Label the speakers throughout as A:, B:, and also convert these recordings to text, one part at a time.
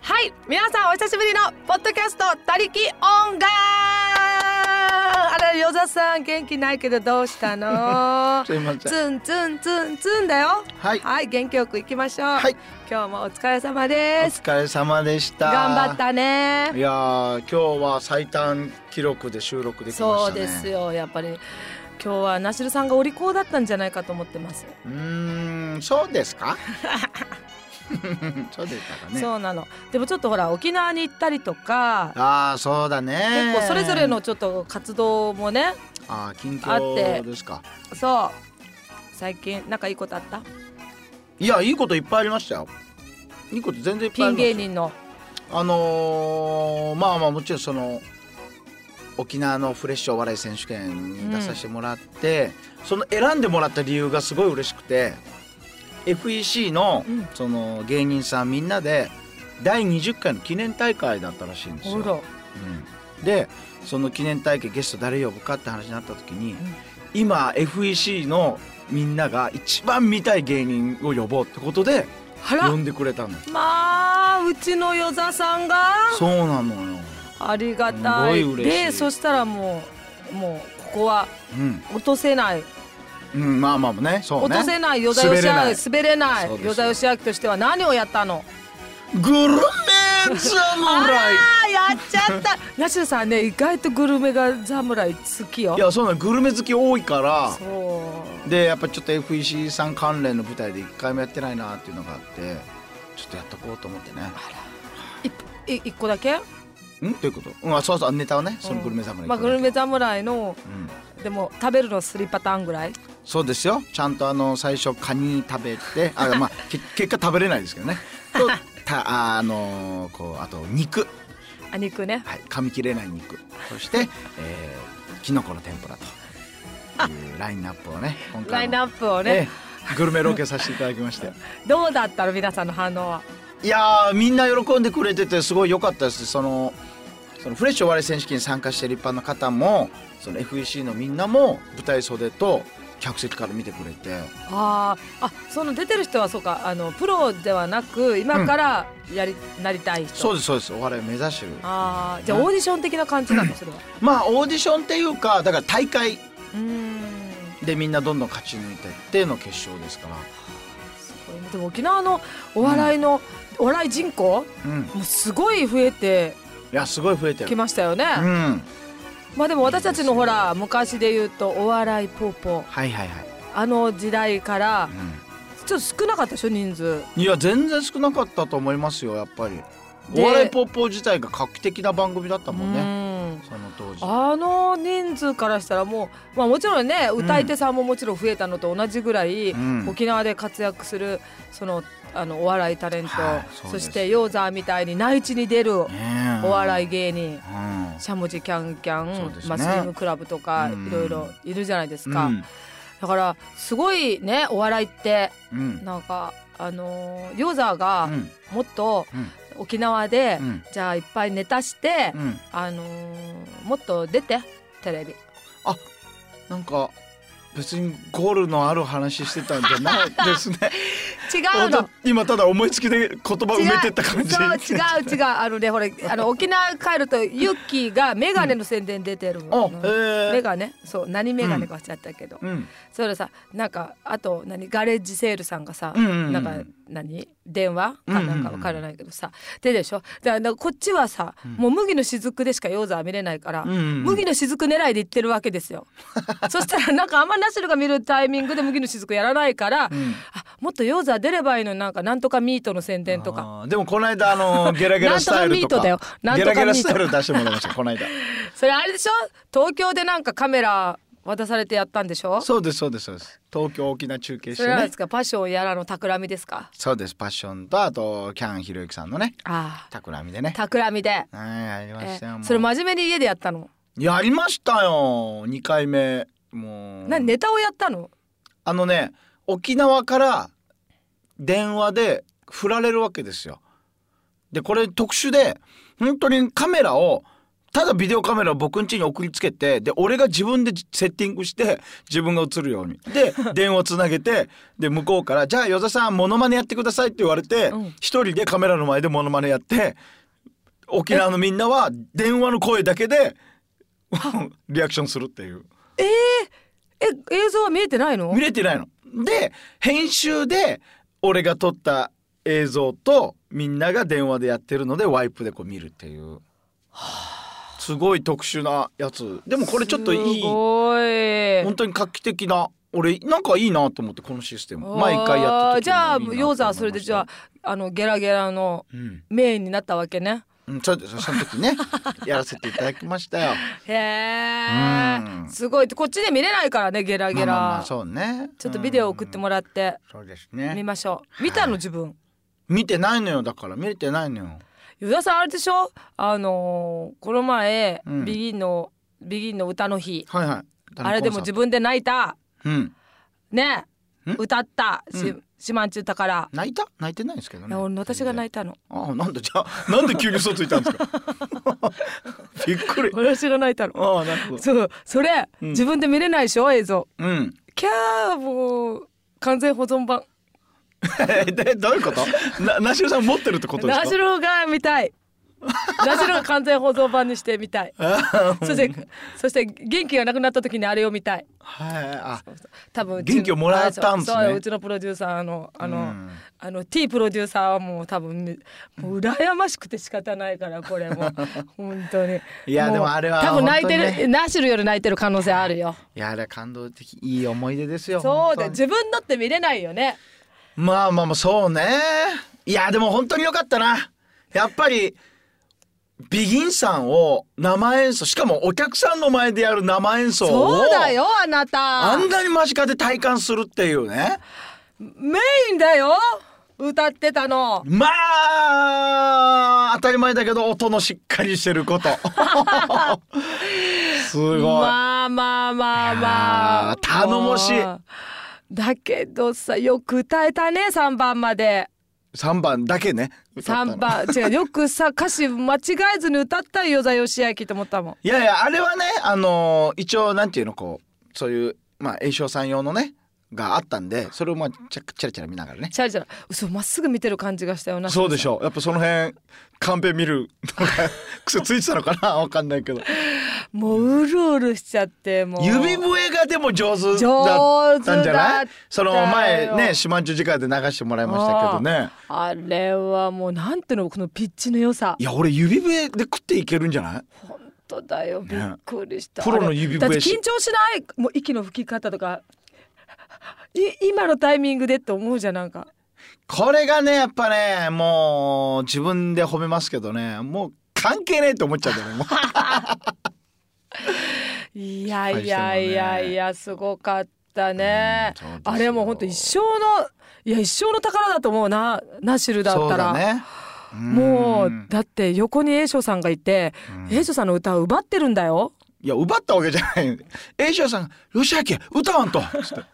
A: はい皆さんお久しぶりのポッドキャスト「他力音楽」あら与座さん元気ないけどどうした の
B: すいません
A: ツンツンツンツンだよ
B: はい
A: 元気よくいきましょう、
B: はい
A: 今日もお疲れ様
B: お
A: です
B: 疲れ様でした
A: 頑張ったね
B: いやー今日は最短記録で収録できましたね
A: そうですよやっぱり今日はナシルさんがお利口だったんじゃないかと思ってます、
B: うーんそうですか そうでしたかね
A: そうなのでもちょっとほら沖縄に行ったりとか
B: ああそうだね
A: 結構それぞれのちょっと活動もね
B: あー近
A: あって
B: 況ですか
A: そう最近なんかいいことあった
B: いやいいこといっぱいありましたよいいこと全然いっぱい
A: ピ
B: ありました
A: ン芸人の
B: あのーまあまあもちろんその沖縄のフレッシュお笑い選手権に出させてもらって、その選んでもらった理由がすごい嬉しくて FEC の
A: うん
B: その芸人さんみんなで第20回の記念大会だったらしいんです
A: ほ
B: よ。
A: ら
B: うんでその記念大会ゲスト誰呼ぶかって話になった時に、
A: ん
B: 今 FEC のみんなが一番見たい芸人を呼ぼうってことで
A: あら
B: 呼んでくれたの。
A: まあうちの与座さんが
B: そうなのよ、
A: ありがたい
B: すごい嬉しい
A: でそしたらもうもうここは
B: うん
A: 落とせない
B: うん、まあまあね、そう
A: 落
B: ね。
A: とせない与田義明
B: 滑れない
A: 滑れない
B: そうです
A: 与田義明としては何をやったの
B: グルメ侍。
A: あーやっちゃった ナシルさんね意外とグルメが侍好きよ
B: いや、そうなの、グルメ好き多いから。
A: そう
B: で、やっぱちょっと FEC さん関連の舞台で一回もやってないなっていうのがあって。ちょっとやっとこうと思ってね。
A: い一個だけ
B: うん、どういうこと。うん、あそうそう、ネタはね、そのグルメ侍。
A: まあグルメ。侍の
B: うん。
A: でも食べるの3パターンぐらい
B: そうですよ。ちゃんとあの最初カニ食べて、あ、まあ、け結果食べれないですけどね。と、た、あのこう、あと肉。
A: あ肉ね
B: はい、噛み切れない肉そして、えー、キノコの天ぷらと いうラインナップをね今
A: ラ
B: 回
A: イン
B: の
A: ナップを
B: え
A: ね、
B: えグルメロケさせていただきまして
A: どうだったの皆さんの反応はい
B: やーみんな喜んでくれててすごい良かったですそのそのフレッシュお笑い選手権に参加してる一般の方もその FEC のみんなも舞台袖と客席から見てくれて
A: あーあその出てる人はそうかあのプロではなく今からやり、なりたい人
B: そうですそうですお笑いを目指してる
A: あーじゃあオーディション的な感じな のそれは
B: まあオーディションっていうかだから大会
A: うーん
B: でみんなどんどん勝ち抜いてっての決勝ですから
A: すごいねでも沖縄のお笑いの、お笑い人口
B: うん
A: もうすごい増えて
B: いやすごい増えて
A: き
B: る
A: ましたよね、
B: うん
A: まあでも私たち
B: いいです
A: の
B: ね
A: ほら昔で言うとお笑いポーポー
B: はいはいはい、
A: あの時代からちょっと少なかったでしょ人数
B: いや全然少なかったと思いますよやっぱり
A: で
B: お笑いポッポー自体が画期的な番組だったもんね
A: ね
B: その当時
A: あの人数からしたらもう、まあ、もちろんね
B: ん
A: 歌い手さんももちろん増えたのと同じぐらい、
B: うん
A: 沖縄で活躍するそのあのお笑いタレント、
B: はいそう
A: そ
B: です
A: してヨーザーみたいに内地に出るお
B: ねえ
A: 笑い芸人、
B: うん
A: しゃもじキャンキャ
B: そ
A: ン、
B: うですね
A: まあ、スリムクラブとか
B: うん
A: いろいろいるじゃないですか、
B: うん
A: だからすごいねお笑いって
B: うん
A: なんかあのーヨーザーが
B: うん
A: もっと
B: うん
A: 沖縄で、
B: うん
A: じゃあいっぱいネタして、
B: うん
A: あのーもっと出てテレビ
B: なんか別にゴールのある話してたんじゃないです ね
A: 違うの
B: 今ただ思いつきで言葉埋めてった感じ
A: そう 違う違うあのね ほらあの沖縄帰るとユッキーがメガネの宣伝出てる
B: あ
A: の、
B: え
A: メ
B: ー
A: ガネそう何メガネかしちゃったけど、
B: うん
A: それさなんかあと何ガレージセールさんがさ、
B: うんうんうん
A: なんか何電話かなんかわからないけどさ、ででしょだからなんかこっちはさ、もう麦の雫でしかヨーザー見れないから、
B: うんうん
A: 麦の雫狙いで行ってるわけで すよそしたらなんかあんまナシルが見るタイミングで麦の雫やらないから、
B: ん
A: あもっとヨーザー出ればいいのになんかなんとかミートの宣伝とか
B: あーでもこの間あのゲラゲラスタイルとか
A: なんとかミートだよなんと
B: ゲラ
A: かミート
B: ゲラスタイル出してもらいましたこの 間
A: それあれでしょ東京でなんかカメラ渡されてやったんでしょ
B: そうですそうですそうです東京沖縄中継し
A: そ
B: て
A: れなん
B: ね
A: ですかパッションやらの企みですか
B: そうですパッションとあとキャンひろゆきさんのね
A: あ
B: 企みで
A: あ
B: ね
A: 企みで、
B: はいありま
A: え
B: したよもう
A: それ真面目に家でやったの
B: やりましたよ二回目もう
A: なネタをやったの
B: あのね沖縄から電話で振られるわけですよでこれ特殊で本当にカメラをただビデオカメラを僕ん家に送りつけてで俺が自分でセッティングして自分が映るように で電話つなげてで向こうから「じゃあ与田さんモノマネやってください」って言われて
A: うん
B: 一、人でカメラの前でモノマネやって沖縄のみんなは電話の声だけ でリアクションするっていう
A: えええ映像は見えてないの
B: 見れてないの。で編集で俺が撮った映像とみんなが電話でやってるのでワイプでこう見るっていう。すごい特殊なやつでもこれちょっといい
A: すごい
B: 本当に画期的な俺なんかいいなと思ってこのシステム毎回やって
A: あーじゃあ
B: ヨ
A: ヨーザはそれでじゃああのゲラゲラの
B: うん、
A: メインになったわけね
B: うん、そうですその時 ねやらせていただきましたよ
A: へえ
B: うん
A: すごいこっちで見れないからねゲラゲ
B: まあまあまあ
A: ラちょ
B: そうね
A: っとビデオ送って
B: も
A: もらって
B: そうです
A: 見
B: ね
A: ましょう見たの自分
B: 見てないのよだから見れてないのよ
A: ユダさんあれでしょあのーこの前
B: うん
A: ビギンのビギンの歌の日
B: はいはい
A: あれでも自分で泣いた
B: うん
A: ね
B: ん
A: 歌ったし
B: う
A: 島んちゅうたから
B: 泣いた泣いてないですけど
A: い
B: ね
A: や俺私が泣
B: い
A: い たの
B: ああなんでじゃあなんで急に嘘ついたんですか びっくり
A: 私が泣いたの
B: ああなるほど
A: そうそれ
B: うん
A: 自分で見れないでしょ映像
B: うん
A: キャーもう完全保存版
B: でどういうことななしろさん持ってるってことですか
A: ナシロが 見たいナシロが完全保存版にしてみたい
B: あ
A: そしてそして元気がなくなった時にあれを見たい
B: はいあ
A: 多分
B: 元気をもらったんですね
A: そうそううちのプロデューサーのあの、
B: うん
A: あの T プロデューサーはもう多分ねもう羨ましくて仕方ないからこれ も本当に
B: いや
A: もう
B: でもあれは
A: 多分泣いてる、
B: 本当に
A: ナシロより泣いてる可能性あるよ
B: いやあれは感動的いい思い出ですよ
A: そう
B: 本
A: だ
B: 当に
A: 自分のって見れないよね
B: まあまあまあそうねいやでも本当に良かったなやっぱりビギンさんを生演奏しかもお客さんの前でやる生演奏を
A: そうだよあなた
B: あんなに間近で体感するっていうね
A: メインだよ歌ってたの
B: まあ当たり前だけど音のしっかりしてる ことすごい、
A: まあまあまあまあ
B: いやー頼もしい
A: もうだけどさよく歌えたね3番まで
B: 3番だけね歌ったの
A: 3番違うよ くさ歌詞間違えずに歌ったよ与田義明と思ったもん
B: いやいやあれはねあのー一応なんていうのこうそういうまあ栄翔さん用のねがあったんでそれをまあちゃちゃらちゃら見ながらね
A: チャラチャラ嘘まっすぐ見てる感じがしたよな
B: そうでしょうやっぱその辺カンペ見るのが 癖ついてたのかなわかんないけど
A: もううるうるしちゃってもう
B: 指
A: も
B: 笛がでも上手だったんじゃな
A: 上手だっ
B: い
A: たよ
B: その前ね四万十時間で流してもらいましたけどね
A: あれはもうなんていうのこのピッチの良さ
B: いや俺指笛で食っていけるんじゃない
A: 本当だよびっくりした、
B: プロの指笛
A: あれだって緊張しないもう息の吹き方とかい今のタイミングでって思うじゃんなんか
B: これがねやっぱねもう自分で褒めますけどねもう関係ねえって思っちゃうんだよ ねもう失敗しても
A: いやいや
B: ね
A: いやいやすごかったね
B: うんそうですよ
A: あれもう本当一生のいや一生の宝だと思うなナシルだ
B: そ
A: っ
B: う
A: たら、
B: ね
A: も
B: う
A: うんだって横に栄翔さんがいて栄翔さんの歌を奪ってるんだよ
B: いや奪ったわけじゃない栄翔さんが「よしあき歌わんと」つっ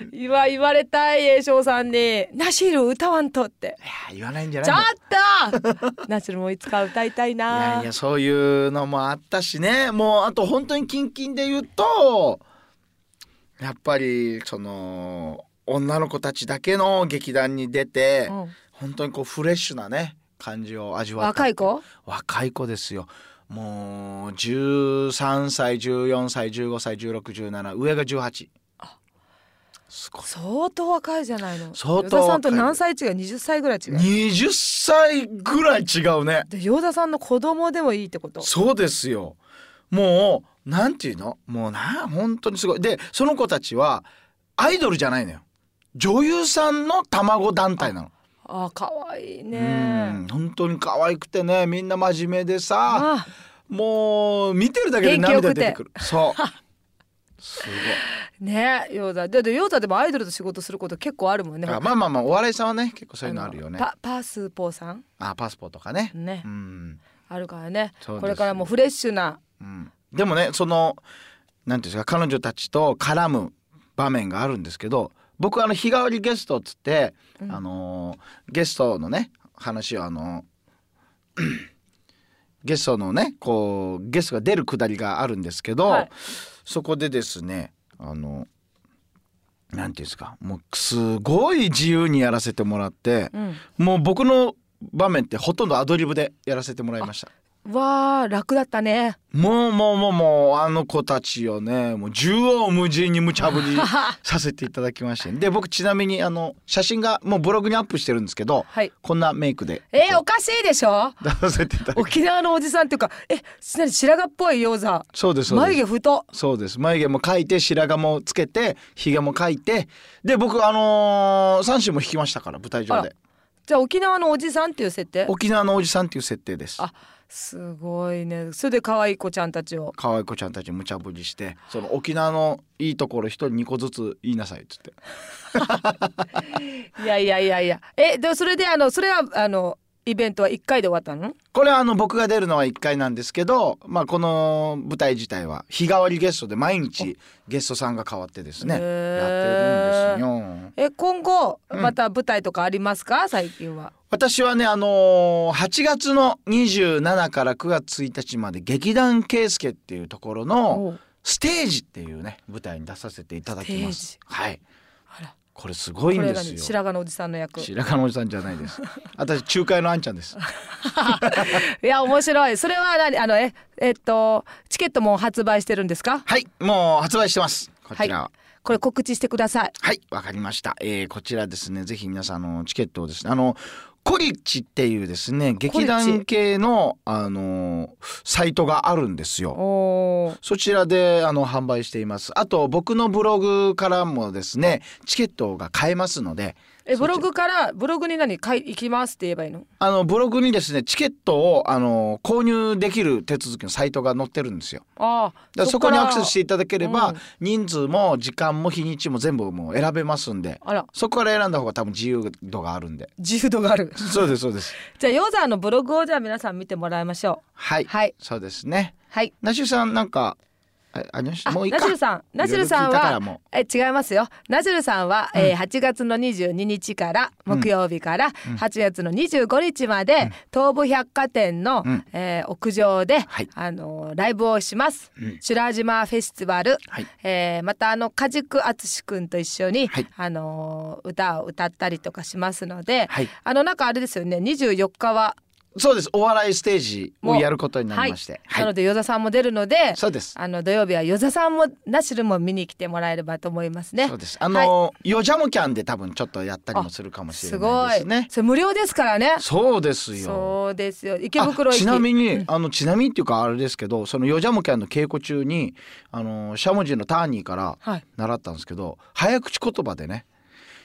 B: て「い
A: 言わ言われたい栄翔さんに「ナシル歌わんと」って
B: や言わないんじゃ
A: 「
B: ない
A: ち
B: の?」
A: ょっと! 」ナシルもいつか歌いたい
B: い
A: な
B: やいやそういうのもあったしねもうあと本当にキンキンで言うとやっぱりその女の子たちだけの劇団に出て、
A: うん
B: 本当にこうフレッシュなね感じを味わった
A: 若い子
B: 若い子ですよもう13歳14歳15歳1617上が18すごい
A: 相当若いじゃないの
B: 相当
A: ヨダさんと
B: 若い
A: 何歳違い20歳ぐらい違う
B: 20歳ぐらい違うね
A: でヨダさんの子供でもいいってこと
B: そうですよもうなんていうのもうな本当にすごいでその子たちはアイドルじゃないのよ女優さんの卵団体なの
A: あ可愛い
B: うん
A: ね
B: 本当に可愛くてねみんな真面目でさ
A: あ
B: もう見てるだけで涙出てくるそう す
A: ねヨダででヨダでもアイドルと仕事すること結構あるもんね
B: ごいあまあまあまあお笑いさんはね結構そういうのあるよね
A: のパパースーポーさん
B: あパスポとかね
A: ね
B: うん、
A: あるからね
B: そうですよ
A: これからもフレッシュな
B: うん、でもねそのなんていうんですか彼女たちと絡む場面があるんですけど僕あの日替わりゲストっつって、あのーゲストのね話をあのー ゲストのねこうゲストが出るくだりがあるんですけど、
A: はい
B: そこでですねあのなんていうんですかもうすごい自由にやらせてもらって、もう僕の場面ってほとんどアドリブでやらせてもらいました。
A: うん、わあ楽だったね
B: もうもうもうもうあの子たちをねもう縦横無尽に無茶ぶりさせていただきましてで僕ちなみにあの写真がもうブログにアップしてるんですけど、
A: はい
B: こんなメイクで
A: えー、おかしいで しょ
B: 出させていただきまし
A: 沖縄のおじさんっていうかえすなり白髪っぽいヨーザ
B: たそうですそうです
A: 眉毛太
B: そうです眉毛も描いて白髪もつけてひげも描いてで僕あのー、三種も引きましたから舞台上
A: あら
B: で
A: じゃあ沖縄のおじさんっていう設定
B: 沖縄のおじさんっていう設定です
A: あすごいねそれで可愛い子ちゃんたちを
B: 可愛い子ちゃんたち無茶ぶりしてその沖縄のいいところ一人二個ずつ言いなさいっつって
A: いやいやいやいやえでそれであのそれはあのイベントは1回で終わったの
B: これはあの僕が出るのは1回なんですけど、まあ、この舞台自体は日替わりゲストで毎日ゲストさんが変わってですねや
A: へ
B: っ
A: ー
B: てるんですよ。
A: え今後
B: うん
A: また舞台とかありますか、最近は
B: 私はねあのー8月の27から9月1日まで劇団圭介っていうところの
A: おう
B: ステージっていうね舞台に出させていただきます
A: ス。
B: はい、
A: あら
B: これすごい
A: こ
B: ん
A: れ
B: で
A: が
B: す
A: ね
B: よ。
A: 白髪のおじさんの役い
B: 白髪のおじさんじゃないです。私仲介のあんちゃんです。
A: や面白いそれは何あのええっとチケットも発売してるんですか
B: はい、もう発売してます。こちらは。
A: これ告知してください
B: はい、わかりました。えー、こちらですね、ぜひ皆さんあのチケットをですね、あのコリッチっていうですね、
A: ッチ
B: 劇団系のあのサイトがあるんですよ。
A: おー
B: そちらであの販売しています。あと僕のブログからもですね、チケットが買えますので、
A: えブログからブログに何かい行きますって言えばいいの
B: あのブログにですね、チケットをあの購入できる手続きのサイトが載ってるんですよ。
A: あ
B: だか
A: あ
B: らそこにアクセスして
A: て
B: いただければ、
A: うん
B: 人数も時間も日にちも全部もう選べますんで、
A: あら
B: そこから選んだ方が多分自由度があるんで。
A: 自由度がある
B: そうですそうです。
A: じゃあヨーザーのブログをじゃあ皆さん見てもらいましょ
B: はい。
A: うはい
B: そうですね。
A: はい
B: ナシュさんなんかああの
A: あ
B: もういいか。
A: ナジルさんナジルさん
B: いろいろ聞いたから
A: は
B: も
A: え違いますよナジルさんは、えー8月の22日から木曜日から8月の25日まで、東武百貨店の、
B: うん
A: えー屋上で、
B: はい
A: あのーライブをします、
B: うん
A: 修羅島フェスティバル、
B: はい
A: えーまたあの梶久敦君と一緒に、
B: はい
A: あのー歌を歌ったりとかしますので、
B: はい
A: あのなんかあれですよね24日は
B: そうです。お笑いステージをやることになりまして。
A: なので与田さんも出るので
B: そうです。
A: あの土曜日は与田さんもナシルも見に来てもらえればと思いますね
B: そうです。あの、よじゃもキャンで多分ちょっとやったりもするかもし
A: す
B: れ
A: ご
B: ない
A: い
B: ですね。
A: それ無料ですからね
B: そうですよ。
A: そうですよ池袋
B: あ
A: 駅
B: ちなみに、あのちなみにっていうかあれですけどそのよじゃもキャンの稽古中にあのしゃもじのターニーから
A: はい
B: 習ったんですけど、早口言葉でね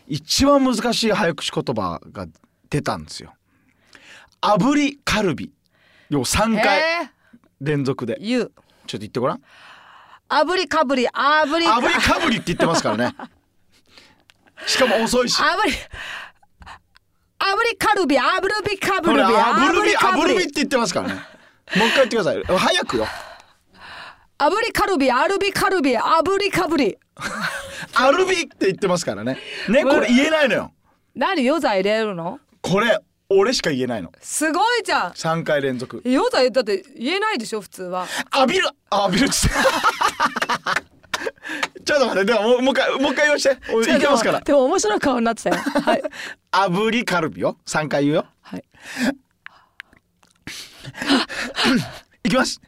B: 一番難しい早口言葉が出たんですよ。炙りカルビを3回
A: えー
B: 連続で
A: 言う
B: ちょっと言ってごらん
A: 炙りかぶり炙り
B: 炙りかぶりって言ってますから ねしかも遅いし
A: 炙り炙りカルビ炙りかぶ
B: こ
A: り
B: れ炙るび
A: か
B: 炙
A: ぶ
B: るびって
A: り
B: 言ってますからねもう一回言ってください早くよ
A: 炙りカルビ炙りカルビ炙りかぶり
B: アルビって言ってますからねねこれ言えないのよ
A: 何ヨザ入れるの
B: これ俺しか言えないの
A: すごいじゃん
B: 3回連続
A: ヨザだって言えないでしょ普通は
B: 浴びる浴びるっ つってちょっと待ってでももうもう一回もう一回言わして俺いけますから
A: でも面白い顔になって たよはい、
B: 炙りカルビよ3回言うよ
A: はい、
B: いきます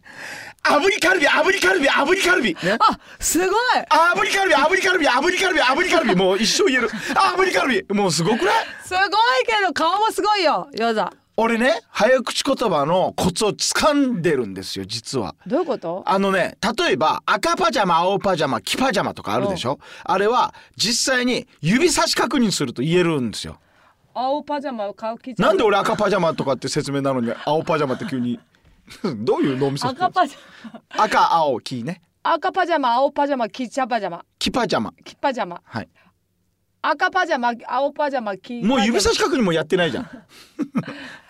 B: 炙りカルビ炙りカルビ炙りカルビね
A: あすごい
B: 炙りカルビ炙りカルビ炙りカルビ炙りカルビもう一生言える炙りカルビもうすごくない
A: すごいけど顔もすごいよヨザ
B: 俺ね早口言葉のコツを掴んでるんですよ実は
A: どういうこと
B: あのね例えば赤パジャマ青パジャマ黄パジャマとかあるでしょあれは実際に指差し確認すると言えるんですよ
A: 青パジャマを買う基準
B: なんで俺赤パジャマとかって説明なのに青パジャマって急に どういう脳みそしてる
A: 赤パジャ
B: 赤青黄ね
A: マ赤パジャマ青パジャマ黄茶パジャマ
B: 黄パジャマ
A: 黄パジャマ
B: はい
A: 赤パジャマ青パジャマ黄パジャマ
B: もう指差し確認もやってないじゃ ん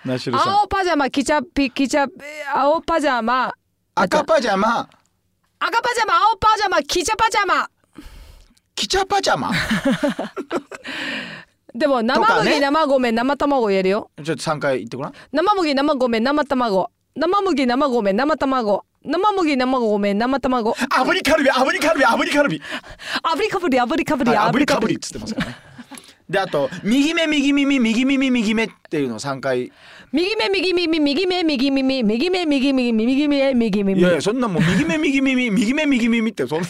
B: ナシルさん
A: 青パジャマ黄茶ピ黄茶青パジャマ
B: 赤パジャマ
A: 赤パジャマ青パジャマ黄茶パジャマ
B: キチャパジャマ
A: でも生
B: とか
A: 麦、
B: ね
A: 生米生卵入れるよ
B: ちょっと3回言ってごらん
A: 生麦生米生卵生麦生米生卵生麦生米生卵
B: 炙りカルビ炙りカルビ炙りカルビ
A: 炙りかぶり炙りかぶり
B: はい炙りか
A: ぶ
B: ぶりっつってますからねであと右目右耳右耳右目っていうのを3回
A: 右目右耳右目右耳右目右耳右目右
B: いやい
A: 耳
B: やそんなもう右目右耳右目右耳ってそんな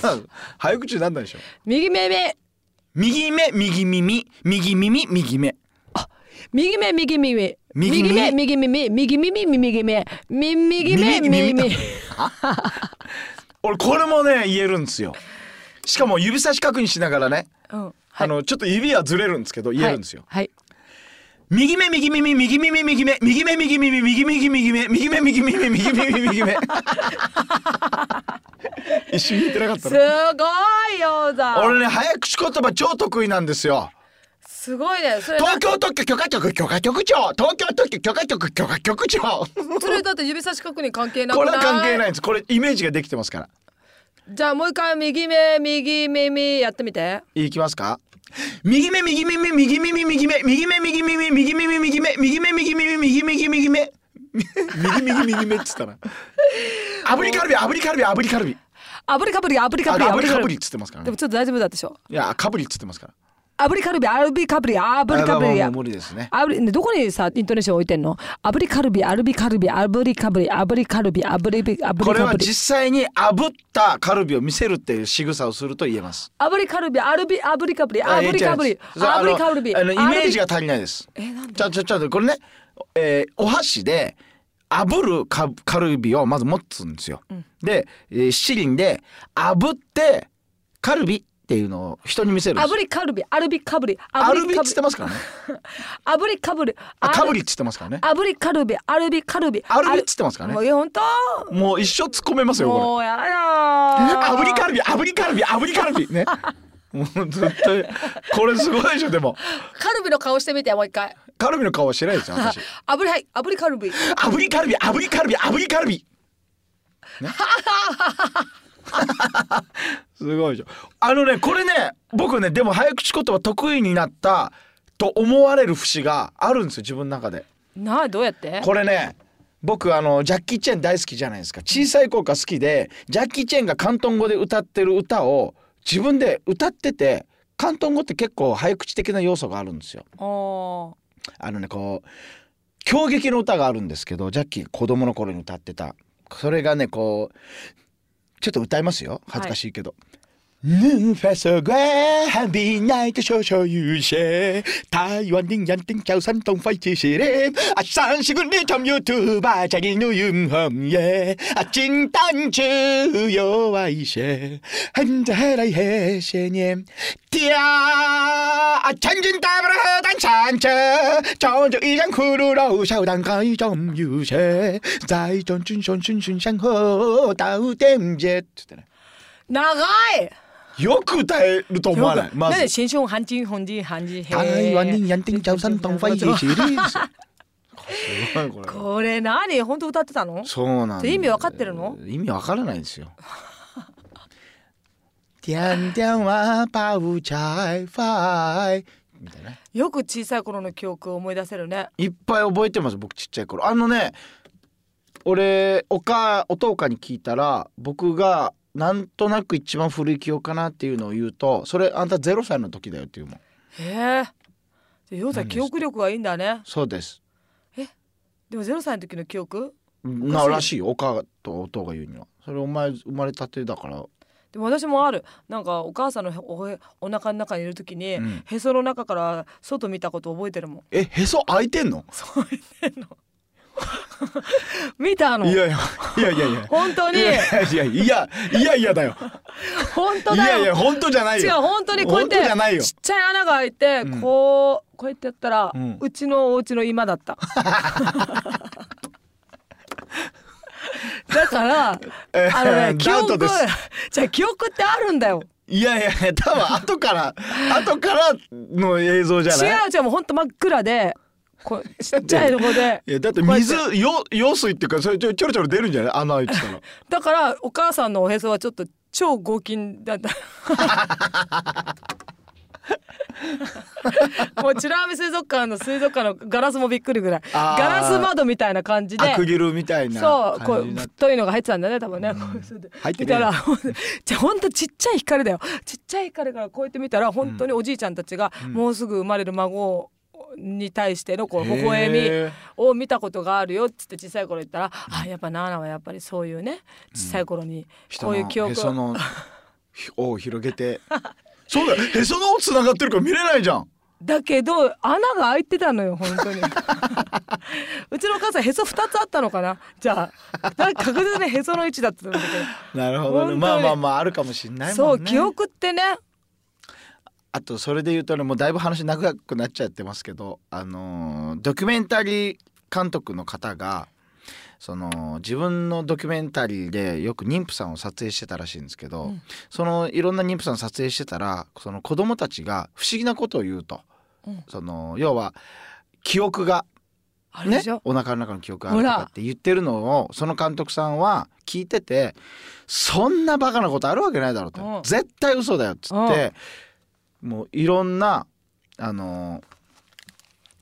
B: 早口になんないでしょ
A: 右目目
B: 右目右耳右耳右目
A: 右目
B: 右
A: 右耳右目
B: 耳
A: 右耳右耳右目み右目
B: 耳
A: 右
B: 耳
A: 耳
B: 俺これもね言えるんですよしかも指差し確認しながらね、
A: うん
B: あのちょっと指はずれるんですけど言えるんですよ、
A: はい
B: 右目右耳右耳右目右目右耳右目右目右目右目右目右目右目 右目一瞬言ってなかっ
A: す
B: た
A: ご
B: の
A: いよだ
B: 俺ね早口言葉超得意なんですよ
A: すごいねそれ
B: 東京特許許可局許可局長東京特許許可局許可局長
A: それだって指差し確認関係なく
B: これ
A: な
B: はい関係ないんですこれイメージができてますから
A: じゃあもう一回右目右耳やってみて
B: いきますか右目右耳右耳右目右目右耳右耳右目右目右耳右目右目右目右右右目っつったな炙りカルビ炙りカルビ炙りカルビ
A: 炙りかぶり炙りかぶり
B: あ炙りかぶりっ
A: 炙
B: つってますから
A: で
B: ね
A: もちょっと大丈夫だったでしょ
B: いやかぶりっつってますから
A: 炙りカルビ炙りかぶり炙りかぶ
B: あ
A: り
B: も
A: や
B: う無理ですね
A: 炙りねどこにさイントネーション置いてんの炙りカルビ炙りカルビ炙りかぶり炙りカルビ炙り炙り
B: これ
A: か
B: は
A: ぶり
B: 実際に炙ったカルビを見せるっていう仕草をすると言えます
A: 炙りカルビ炙り炙りかぶり
B: あ
A: 炙りかぶり
B: そうあ
A: 炙
B: の
A: りかぶり
B: あのイメージ
A: が
B: が足りないです
A: えなんで
B: ちょちょちょこれね、えーお箸で炙るカカルビをまず持つんですよ、で、えー七輪で炙ってカルビっていうのを人に見せるんです
A: 炙りカルビ炙りかぶり
B: ア
A: 炙
B: ル
A: り
B: ビっ
A: か
B: つって
A: ぶ
B: ますからね
A: り炙りかぶり
B: あかぶ
A: り
B: りっつってますからね
A: 炙りカルビ炙りカルビ
B: アルビっつってますから
A: も
B: ね
A: ういや本当
B: もう一生突っ込めますよこれ
A: もうやだ
B: 炙りカルビ炙りカルビ炙りカルビ ねもう絶対これすごいでしょでも
A: カルビの顔してみてもう一回
B: カルビの顔はしてないですよ私
A: 炙りはい炙りカルビ
B: 炙りカルビ炙りカルビ炙りカルビね すごいでしょあのねこれね僕ねでも早口言葉得意になったと思われる節があるんですよ自分の中で
A: なあどうやって
B: これね僕あのジャッキー・チェン大好きじゃないですか小さい頃から好きでジャッキー・チェンが広東語で歌ってる歌を自分で歌ってて広東語って結構早口的な要素があるんですよ。
A: おー
B: あのねこう狂撃の歌があるんですけどジャッキーが子供の頃に歌ってたそれがねこうちょっと歌いますよ恥ずかしいけど。눈패서과비나이트쇼쇼유셰타이완딩얀딩겨산동파이치시림아산시군리점유튜바자기누윤험예아찐단추요아이셰한자해라이해셰님 띠야 아찬진따브라단찬처전주이장쿠루로샤우단가이점유셰자이전춘션춘춘샹호다우댐젯
A: 長い
B: よく歌えると思わない。ま
A: なん
B: ず
A: で。新春半人本人半人へ
B: 台湾人やんてんちゃうさんとんファイジーシリーズ。これ
A: これ何本当歌ってたの
B: そうなんだよ
A: 意味わかってるの
B: 意味わからないですよ。ティアンティアンはパウチャイファイ。みたいな。
A: よく小さい頃の記憶を思い出せるね
B: いっぱい覚えてます僕ちっちゃい頃あのね俺おかお父かに聞いたら僕がなんとなく一番古い記憶かなっていうのを言うとそれあんた0歳の時だよっていうもん
A: へえようさん記憶力がいいんだね
B: そうです
A: でもゼロ歳の時の記憶
B: ならしいよお母とお父が言うにはそれお前生まれたてだから
A: でも私もあるなんかお母さんのおへお腹の中にいる時に、
B: うん
A: へその中から外見たこと覚えてるもん
B: えへそ開いてんの
A: そう言ってんの見たの
B: いやいやいやいやいや
A: 本当
B: い
A: に
B: やいやいやいやいやだよ
A: 本当
B: い
A: だよ
B: やいや本当じゃない
A: 違う
B: よ
A: 本当にこうや
B: 本
A: っ
B: 当じゃない
A: て
B: よ
A: ちっちゃい穴が開いて、
B: うん
A: こうこうやってやったら、
B: う
A: うんちのお家の居間だ っただからあ
B: えー
A: のね記
B: ダウト
A: 憶
B: です
A: じゃあ記憶ってあるんだよ
B: いやいやいや多分後から後からの映像じゃ
A: 違
B: ないう
A: 違うもうほんと真っ暗でこうちっちゃいとこで
B: いやだって水よ用水っていうかそれちょちょろちょろ出るんじゃない穴開いてたら
A: だから お母さんのおへそはちょっと超合金だったもう美ら海水族館の水族館のガラスもびっくりぐらい
B: あー
A: ガラス窓みたいな感じで
B: アクリルみたいな
A: そうこ
B: 感
A: う
B: じになって
A: 太いのが入ってたんだね多分ね、こうそれで
B: 入って
A: 見
B: ねえ
A: た
B: よ
A: ら ほんとじゃあほんとちっちゃい光だよちっちゃい光からこうやって見たら本当におじいちゃんたちが、もうすぐ生まれる孫に対してのこう微笑み、
B: へー
A: を見たことがあるよっつって小さい頃言ったら、あやっぱナーナはやっぱりそういうね小さい頃にこういう記憶、
B: 人 のへそのを広げて そうだよへその緒つながってるから見れないじゃん
A: だけど穴が開いてたのよ 本当にうちのお母さんへそ2つあったのかなじゃあだ確実にへその位置だったんだけ
B: なるほ
A: 本
B: ど
A: 当
B: ね
A: に
B: まあまあまああるかもしんな
A: ど
B: い
A: そ
B: も
A: うん
B: ね
A: 記憶ってね
B: あとそれで言うとねもうだいぶ話長くなっちゃってますけどあのードキュメンタリー監督の方がその自分のドキュメンタリーでよく妊婦さんを撮影してたらしいんですけど、
A: うん
B: そのいろんな妊婦さん撮影してたらその子供たちが不思議なことを言うと、
A: うん
B: その要は記憶が
A: あれ
B: ね
A: でしょ、、
B: お腹の中の記憶があるとかって言ってるのをその監督さんは聞いててそんなバカなことあるわけないだろう
A: う
B: と
A: ん
B: 絶対嘘だよっつってもういろんなあの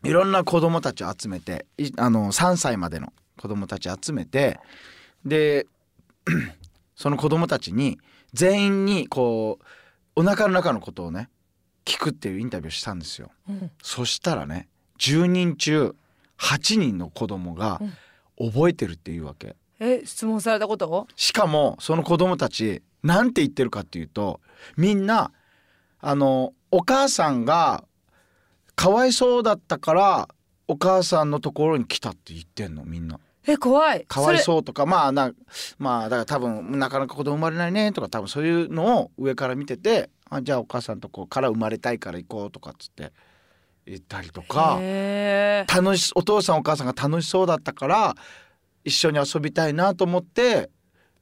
B: いろんな子供たちを集めていあの3歳までの子供たち集めてで その子供たちに全員にこうお腹の中のことをね聞くっていうインタビューをしたんですよ。
A: うん
B: そしたらね10人中8人の子供が覚えてるっていうわけ
A: え質問されたことを
B: しかもその子供たちなんて言ってるかっていうとみんなあのお母さんがかわいそうだったからお母さんのところに来たって言ってんのみんな
A: え怖い
B: かわいそうとかまあなまあだから多分なかなか子供生まれないねとか多分そういうのを上から見ててあじゃあお母さんとこから生まれたいから行こうとかっつって言ったりと
A: それ
B: か。
A: へー
B: 楽しお父さんお母さんが楽しそうだったから一緒に遊びたいなと思って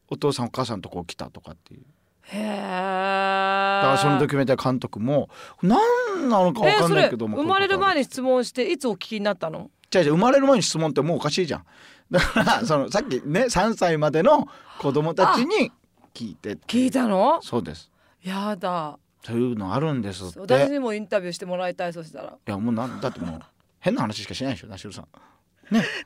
B: お父さんお母さんのとこ来たとかっていう
A: へ
B: だからその
A: え
B: ドキュメンタリー監督も何なのか分
A: え
B: か
A: そ
B: んな
A: れ
B: いけども
A: 生まれる前
B: に
A: に質問していつお聞きになったの
B: じゃじゃ生まれる前に質問ってもうおかしいじゃんだからそのさっきね3歳までの子供たちに聞いてって
A: 聞いたの
B: そうです
A: やだ
B: そういうのあるんですっ
A: 私
B: て
A: にもインタビューしてもらいたいそしたら
B: いやもうなんだってもう変な話しかしないでしょナシルさん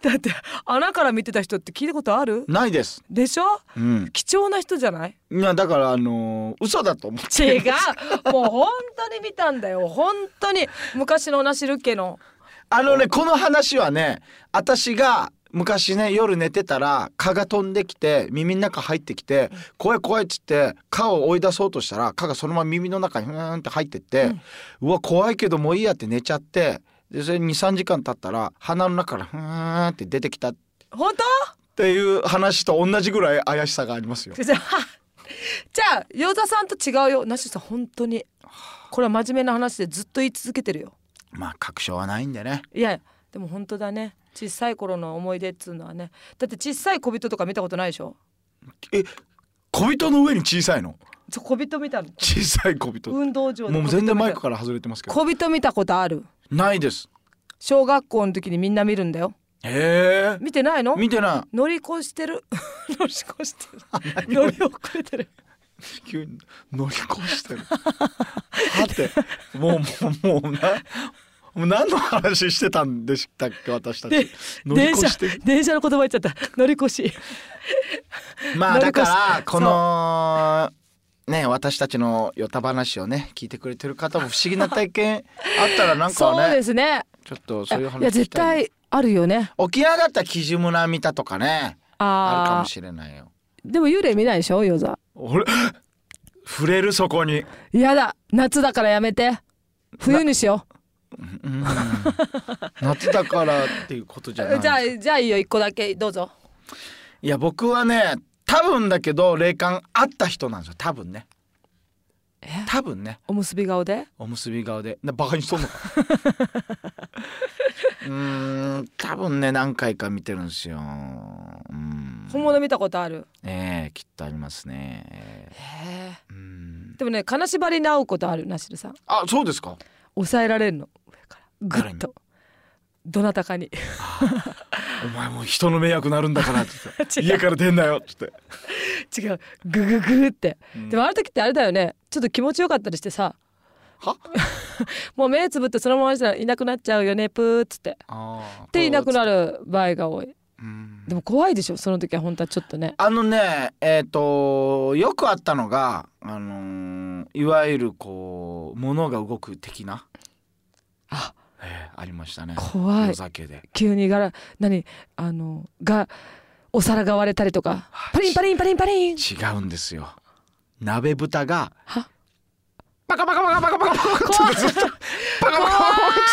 A: だって穴から見てた人って聞いたことある
B: ないです
A: でしょ
B: うん
A: 貴重な人じゃない
B: いやだからあのー嘘だと思って
A: 違う もう本当に見たんだよ本当に昔のナシル家の
B: あのねこの話はね私が昔ね夜寝てたら蚊が飛んできて耳の中入ってきて「怖い怖い」っつって蚊を追い出そうとしたら蚊がそのまま耳の中にふーんって入ってって、うわ怖いけどもういいやって寝ちゃってでそれ23時間経ったら鼻の中からふーんって出てきたっ
A: 本
B: ていう話と同じぐらい怪しさがありますよ
A: 当。 じゃあじゃあヨザさんと違うよナシルさん本当にこれは真面目な話でずっと言い続けてるよ
B: まあ確証はないんでね。
A: いやでも本当だね小さい頃の思い出っつうのはねだって小さい小人とか見たことないでしょ
B: え小人の上に小さいの
A: ちょ小人見たの
B: 小さい小人。
A: 運動場で
B: もう全然マイクから外れてますけど。
A: 小人見たことある
B: ないです。
A: 小学校の時にみんな見るんだよ
B: へえ。
A: 見てないの
B: 見てない。
A: 乗り越してる 乗り越してる乗り遅れてる
B: 急に乗り越して る。はて、もうもうもうな、もう何の話してたんでしたっけ私た
A: で
B: ち。乗り越
A: 電
B: して
A: 車。電車の言葉言っちゃった乗り越し
B: まあ
A: 乗り
B: だ
A: 越し
B: からこのね私たちのヨタ話をね聞いてくれてる方も不思議な体験あったらなんか
A: そう
B: は
A: で
B: ね、
A: すね
B: ちょっとそういう話
A: いや
B: 聞
A: 絶
B: きたい。
A: 対あるよね
B: 沖縄だったらキジ村見たとかね、あるか
A: あ
B: も
A: ー
B: しれないよ。
A: でも幽霊見ないでしょヨザ
B: 俺 触れるそこに。
A: やだ夏だからやめて冬にしよ
B: うん、夏だからっていうことじゃな
A: う
B: い。
A: じゃあじゃあいいよ一個だけどうぞ
B: いや僕はね多分だけど霊感あった人なんですよ多分ね
A: え
B: 多分ね
A: おむすび顔で
B: おむすび顔でなバカにしとんの かうーん多分ね何回か見てるんですようん
A: 本物見たことある
B: ええきっとありますね
A: へえ
B: うん
A: でもね金縛りに会うことあるナシルさん
B: あそうですか
A: 抑えられるの上からぐ
B: 誰
A: っ
B: に
A: とどなたかに
B: お前もう人の迷惑なるんだからって言って
A: 違う
B: 家から出んなよって言って
A: 違うグググって、
B: うん
A: でもある時ってあれだよねちょっと気持ちよかったりしてさ
B: は
A: もう目つぶってそのまましたらいなくなっちゃうよねプーっつって
B: あ
A: でいなくな
B: る、
A: る場合が多い
B: うん
A: でも怖いでしょその時は本当はちょっとね
B: あのねえっ、とよくあったのがあのーいわゆるこう物が動く的な
A: あ
B: えーありましたね
A: 怖い
B: 夜酒で
A: 急にがら何あのがお皿が割れたりとかパリンパリンパリンパリン
B: 違うんですよ鍋蓋が
A: は
B: バカバカバカバカバカバカってずっとバカバカバカバ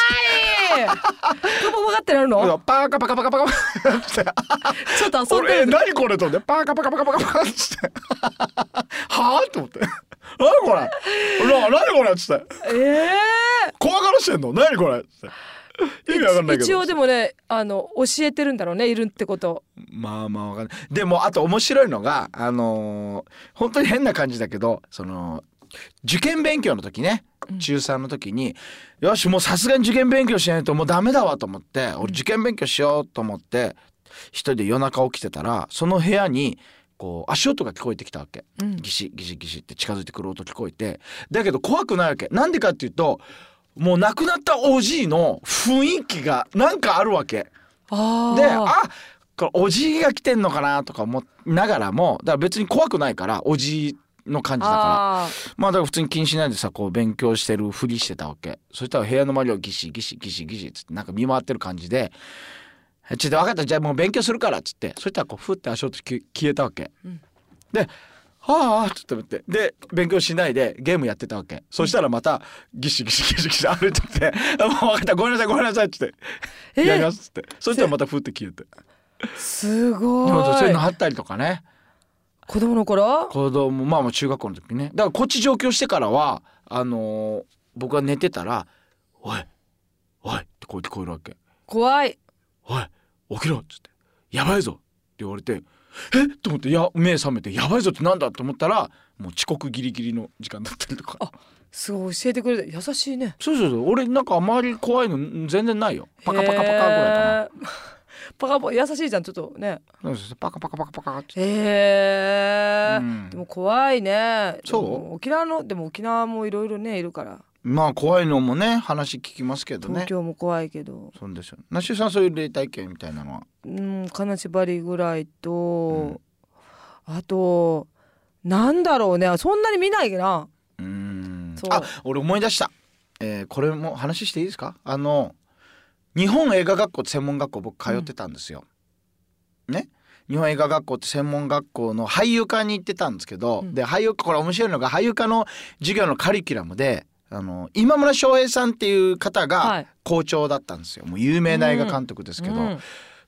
B: カ
A: いボコボコってなる
B: うわ
A: の
B: パーカパカパカパカパカって
A: ちょっと遊ん
B: 俺
A: で
B: え
A: る
B: 何これと思ってパーカパカパカパカパカってしてはあと思って何これな何これっつって
A: ええ
B: 怖がらしてんの何これっつって意味わかんないけど
A: 一応でもねあの教えてるんだろうねいるってこと
B: まあまあわかんないでもあと面白いのがあのー本当に変な感じだけどその受験勉強の時ね中3の時に、よしもうさすがに受験勉強しないともうダメだわと思って俺受験勉強しようと思って一人で夜中起きてたらその部屋にこう足音が聞こえてきたわけ、
A: うん
B: ギシギシギシって近づいてくる音聞こえてだけど怖くないわけなんでかっていうともう亡くなったおじいの雰囲気がなんかあるわけ。
A: あ
B: であこれおじいが来てんのかなとか思いながらもだから別に怖くないからおじいの感じだから
A: あ
B: まあだから普通に気にしないでさこう勉強してるふりしてたわけそしたら部屋の周りをギシギシギシギシっつってなんか見回ってる感じで「ちょっと分かったじゃあもう勉強するから」っつってそしたらこうふって足音き消えたわけ、
A: うん
B: で「はあ」ちょっと待ってで勉強しないでゲームやってたわけそしたらまたギシギシギシギシ歩いてきて 「あもう分かったごめんなさいごめんなさい」っつって「
A: え
B: やります」っつってそしたらまたふって消えて。
A: すごい
B: そうそうそういうのあったりとかね
A: 子供の頃
B: 行動もまあまあ中学校の時ねだからこっち上京してからはあのー僕が寝てたら「おいおい」って声聞こえるわけ
A: 怖い
B: 「おい起きろ」っつって「やばいぞ」って言われて「えっ?」と思ってや目覚めて「やばいぞ」ってなんだと思ったらもう遅刻ギリギリの時間だったりとか
A: あすごい教えてくれて優しいね
B: そうそうそう俺なんかあまり怖いの全然ないよパカパカパカぐらいか
A: へー パカパカ優しいじゃんちょっとね
B: なそうそうそうパカパカパカパカって、
A: へえ、
B: うん
A: でも怖いね
B: そう
A: でも沖縄のでも沖縄もいろいろねいるから
B: まあ怖いのもね話聞きますけどね
A: 東京も怖いけど、
B: そうですよナシュさんそういう霊体験みたいなのは
A: うん金縛りぐらいと、
B: ん
A: あとなんだろうねそんなに見ないな
B: うーん
A: そう
B: あ俺思い出した、えーこれも話していいですかあの日本映画学校って専門学校僕通ってたんですよ、ね日本映画学校って専門学校の俳優科に行ってたんですけど、
A: うん
B: で俳優科これ面白いのが俳優科の授業のカリキュラムであの今村翔平さんっていう方
A: は
B: が
A: い
B: 校長だったんですよ、もう有名な映画監督ですけど、
A: うん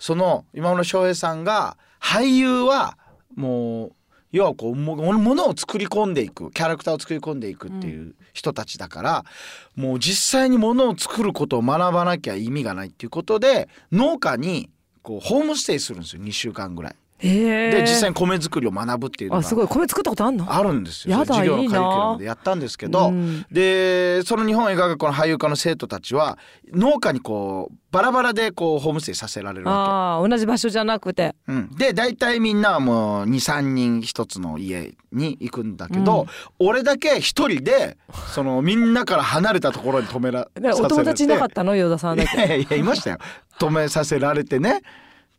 B: その今村翔平さんが俳優はもう要はこうもものを作り込んでいくキャラクターを作り込んでいくっていう人たちだから、もう実際にものを作ることを学ばなきゃ意味がないっていうことで農家にこうホームステイするんですよ2週間ぐらい。
A: へえ
B: で実際に米作りを学ぶっていうの
A: あすご
B: が
A: い米作ったことあんの
B: あるんですよ。
A: やだ
B: 授業のカリ
A: いい
B: キ
A: な
B: ュラムでやったんですけど、
A: うん
B: でその日本映画学校の俳優科の生徒たちは農家にこうバラバラでこうホームステイさせられるわけ。
A: ああ同じ場所じゃなくて
B: うん、で大体みんなはもう23人一つの家に行くんだけど、俺だけ一人でそのみんなから離れたところに止めら
A: でお友達いなかったのヨ田さんだ
B: い
A: け
B: やいやいましたよ止めさせられてね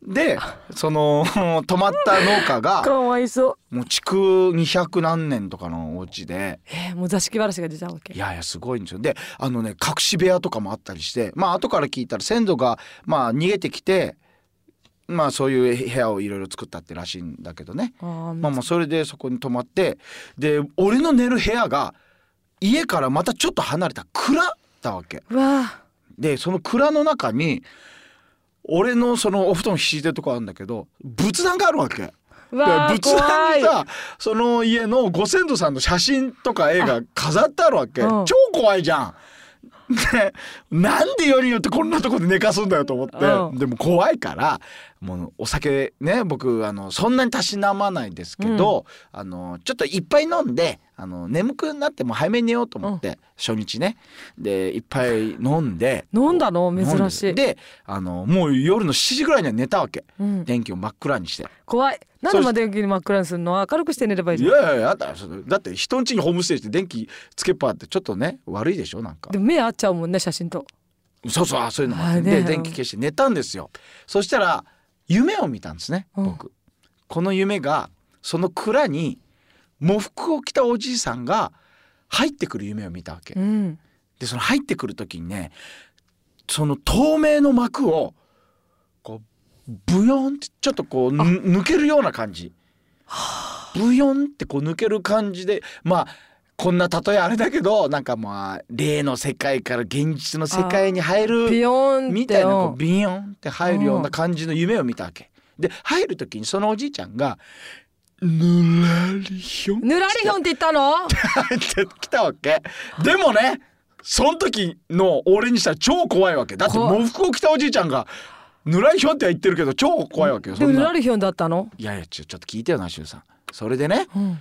B: でその止まった農家 が
A: かわいそう
B: もう築200何年とかのお家で
A: えー、もう座敷わらしが出たわけ
B: いやいやすごいんですよであのね隠し部屋とかもあったりしてまあ後から聞いたら先祖がまあ逃げてきてまあそういう部屋をいろいろ作ったってらしいんだけどね
A: あー
B: まあまあそれでそこに泊まってで俺の寝る部屋が家からまたちょっと離れた蔵だわけ
A: うわあ
B: でその蔵の中に俺のそのお布団敷いてるとこあるんだけど仏壇があるわけで
A: う
B: 仏
A: わあ怖
B: 壇
A: い
B: にさその家のご先祖さんの写真とか絵が飾ってあるわけ
A: うん
B: 超怖いじゃんでなんでよりによってこんなとこで寝かすんだよと思って、
A: うん
B: でも怖いからもうお酒ね僕あのそんなにたしなまないですけど、あのちょっといっぱい飲んであの眠くなっても早めに寝ようと思って、初日ねでいっぱい飲んで
A: 飲んだの
B: 飲んで
A: 珍しい。
B: であのもう夜の7時ぐらいには寝たわけ
A: うん、
B: 電気を真っ暗にして
A: 怖い。なんでまでに真っ暗にするの明るくして寝ればいい
B: い
A: じゃん。
B: やいやいやだそれだって人ん家にホームステイして電気つけっぱってちょっとね悪いでしょなんか
A: でも目合っちゃうもんね写真と。
B: そうそうあそういうのもあって
A: あね
B: で電気消して寝たんですよそしたら夢を見たんですね
A: うん
B: 僕、この夢がその蔵に喪服を着たおじいさんが入ってくる夢を見たわけ、
A: うん。
B: でその入ってくる時にねその透明の膜をこうブヨンってちょっとこうぬ抜けるような感じブヨンってこう抜ける感じでまあこんな例えあれだけどなんかまあ例の世界から現実の世界に入る
A: ピヨーンって
B: みたいなこ
A: う
B: うんビヨンって入るような感じの夢を見たわけ。で入る時にそのおじいちゃんが「ぬらりひょん」
A: ぬらりひょんって言ったの？
B: 入ってきたわけでもねその時の俺にしたら超怖いわけだって
A: 怖い
B: 喪服を着たおじいちゃんが「ぬらりひょん」っては言ってるけど超怖いわけよ
A: で
B: そ
A: も
B: ん
A: ぬら
B: な
A: りひょんだったの？
B: いやいやちょちょっと聞いてよなしゅうさんそれでね
A: うん。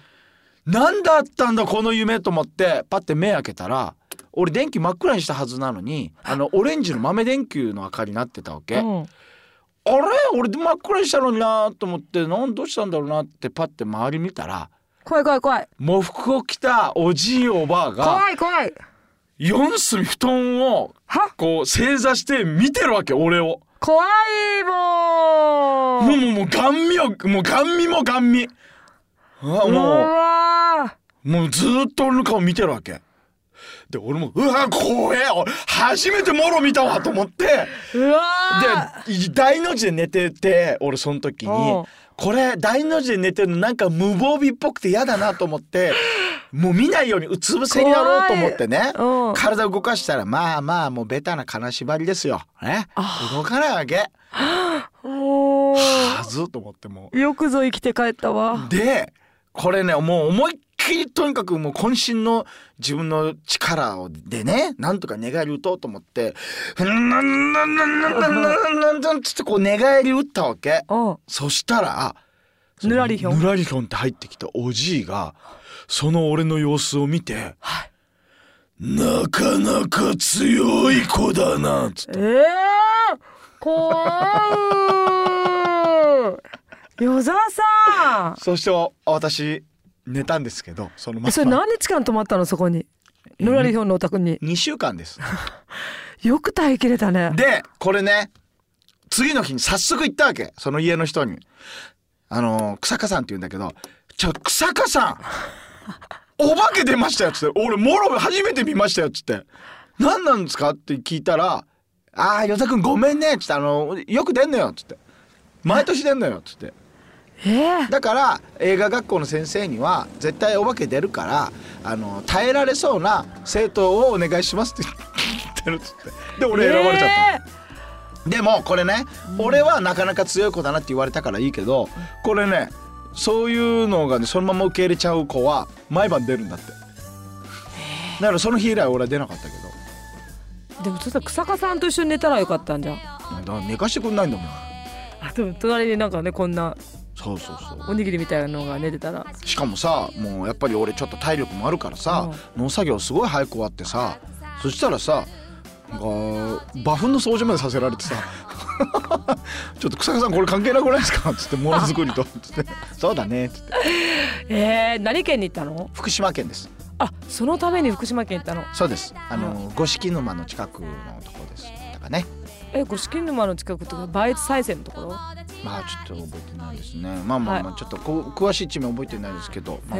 B: 何だったんだこの夢と思ってパッて目開けたら俺電気真っ暗にしたはずなのにあのオレンジの豆電球の明かりになってたわけ、
A: うん
B: あれ俺真っ暗にしたのになと思ってなんどうしたんだろうなってパッて周り見たら
A: 怖い怖い怖い。
B: 喪服を着たおじいおばあが
A: 怖い怖い。
B: 四隅布団を
A: は？
B: こう正座して見てるわけ俺を
A: 怖いも
B: もう
A: う。
B: もうもうガン見をもうガン見もガン見あ
A: う
B: も
A: わ
B: うもうずーっと俺の顔見てるわけで俺もうわ怖え俺初めてもろ見たわと思って
A: ー。うわ
B: でい大の字で寝てて俺その時に
A: うん
B: これ大の字で寝てるのなんか無防備っぽくて嫌だなと思ってもう見ないようにうつ伏せにやろうと思ってね
A: ー。うん。
B: 体を動かしたらまあまあもうベタな金縛りですよ。ね、動かないわけ。
A: お
B: は
A: ー
B: ずと思っても
A: よくぞ生きて帰ったわ
B: う。。でこれねもう思いっきりとにかくもう渾身の自分の力をでねなんとか寝返り打とうと思って「なんなんなんなんなんなんなんなん」つってこう寝返り打ったわけ。
A: うん。
B: そしたらその
A: ぬらりひょん
B: ぬらりひょんって入ってきたおじいがその俺の様子を見て
A: はい
B: 「なかなか強い子だな」つって。
A: ええー、怖い。与沢さ
B: そして私寝たんですけどそのま
A: ん。それ
B: ま
A: 何日間泊まったのそこに。ぬらりひょんのお宅に。
B: 2週間です。
A: よく耐えきれたね。
B: でこれね次の日に早速行ったわけその家の人に。あのー、草加さんって言うんだけど「ちょ草加さんお化け出ましたよ」っつって「俺モロ初めて見ましたよ」っつって「何なんですか?」って聞いたら「ああ与田君ごめんね」っつって「あのーよく出んのよ」っつって「毎年出んのよ」っつって
A: ええー。
B: だから映画学校の先生には絶対お化け出るからあの耐えられそうな生徒をお願いしますって言ってるっつってで俺選ばれちゃった、
A: えー
B: でもこれね、俺はなかなか強い子だなって言われたからいいけどこれねそういうのがねそのまま受け入れちゃう子は毎晩出るんだってだからその日以来俺は出なかったけど
A: でもそしたら草加さんと一緒に寝たらよかったんじゃん。
B: だから寝かしてくんないんだもん
A: あでも隣になんかねこんな
B: そうそうそう
A: おにぎりみたいなのが寝てたら。
B: しかもさもうやっぱり俺ちょっと体力もあるからさ、農作業すごい早く終わってさそしたらさなんか馬糞の掃除までさせられてさ 「ちょっと草加さんこれ関係なくないですか?」っつって「ものづくりと」つって「そうだね」っつって
A: ええー、何県に行ったの？
B: 福島県です
A: あそのために福島県行ったの。
B: そうですあの五色沼の近くのところですだからね
A: え五色沼の近くとか梅越再生のところ？
B: まあちょっと覚えてないですねまあまあまあ
A: は
B: ちょっとこう詳しい地名覚えてないですけどまあ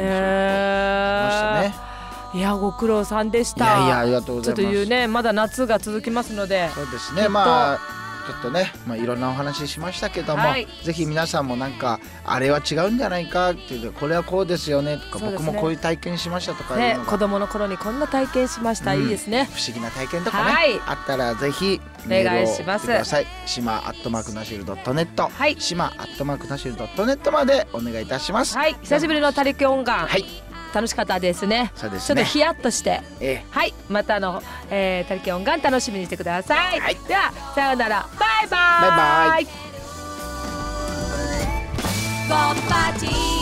B: まあ
A: へ
B: そういうことありましたね
A: えー。いやご苦労さんでし
B: い
A: た。
B: やいやありがとうご
A: ち
B: ざい
A: ょっ
B: ます
A: と言うねまだ夏が続きますので
B: そうです
A: きっ
B: ね
A: と
B: まあちょっとね、まあ、いろんなお話ししましたけども、
A: はい
B: ぜひ皆さんもなんかあれは違うんじゃないかっていうこれはこうですよねとか
A: そうで
B: 僕
A: すね
B: もこういう体験しましたとかいう
A: ね
B: のが
A: 子供の頃にこんな体験しました、
B: うん
A: いいですね
B: 不思議な体験とかね、
A: はい
B: あったらぜひ
A: お
B: メー
A: 願
B: ル
A: い
B: を
A: します
B: 送ってください島アットマークナシルドットネット
A: はい
B: 島アットマークナシルドットネットまでお願いいたします
A: はい久しぶりの他力音楽、
B: はい
A: 楽しかったですね
B: そうで
A: ちょ
B: す
A: っと
B: ね
A: ヒヤッとして
B: え
A: はいまたあの、えー、他力音楽楽しみにしてください、
B: はい
A: ではさようならバイバイ
B: バイバ
C: 「
B: イ
A: Go party!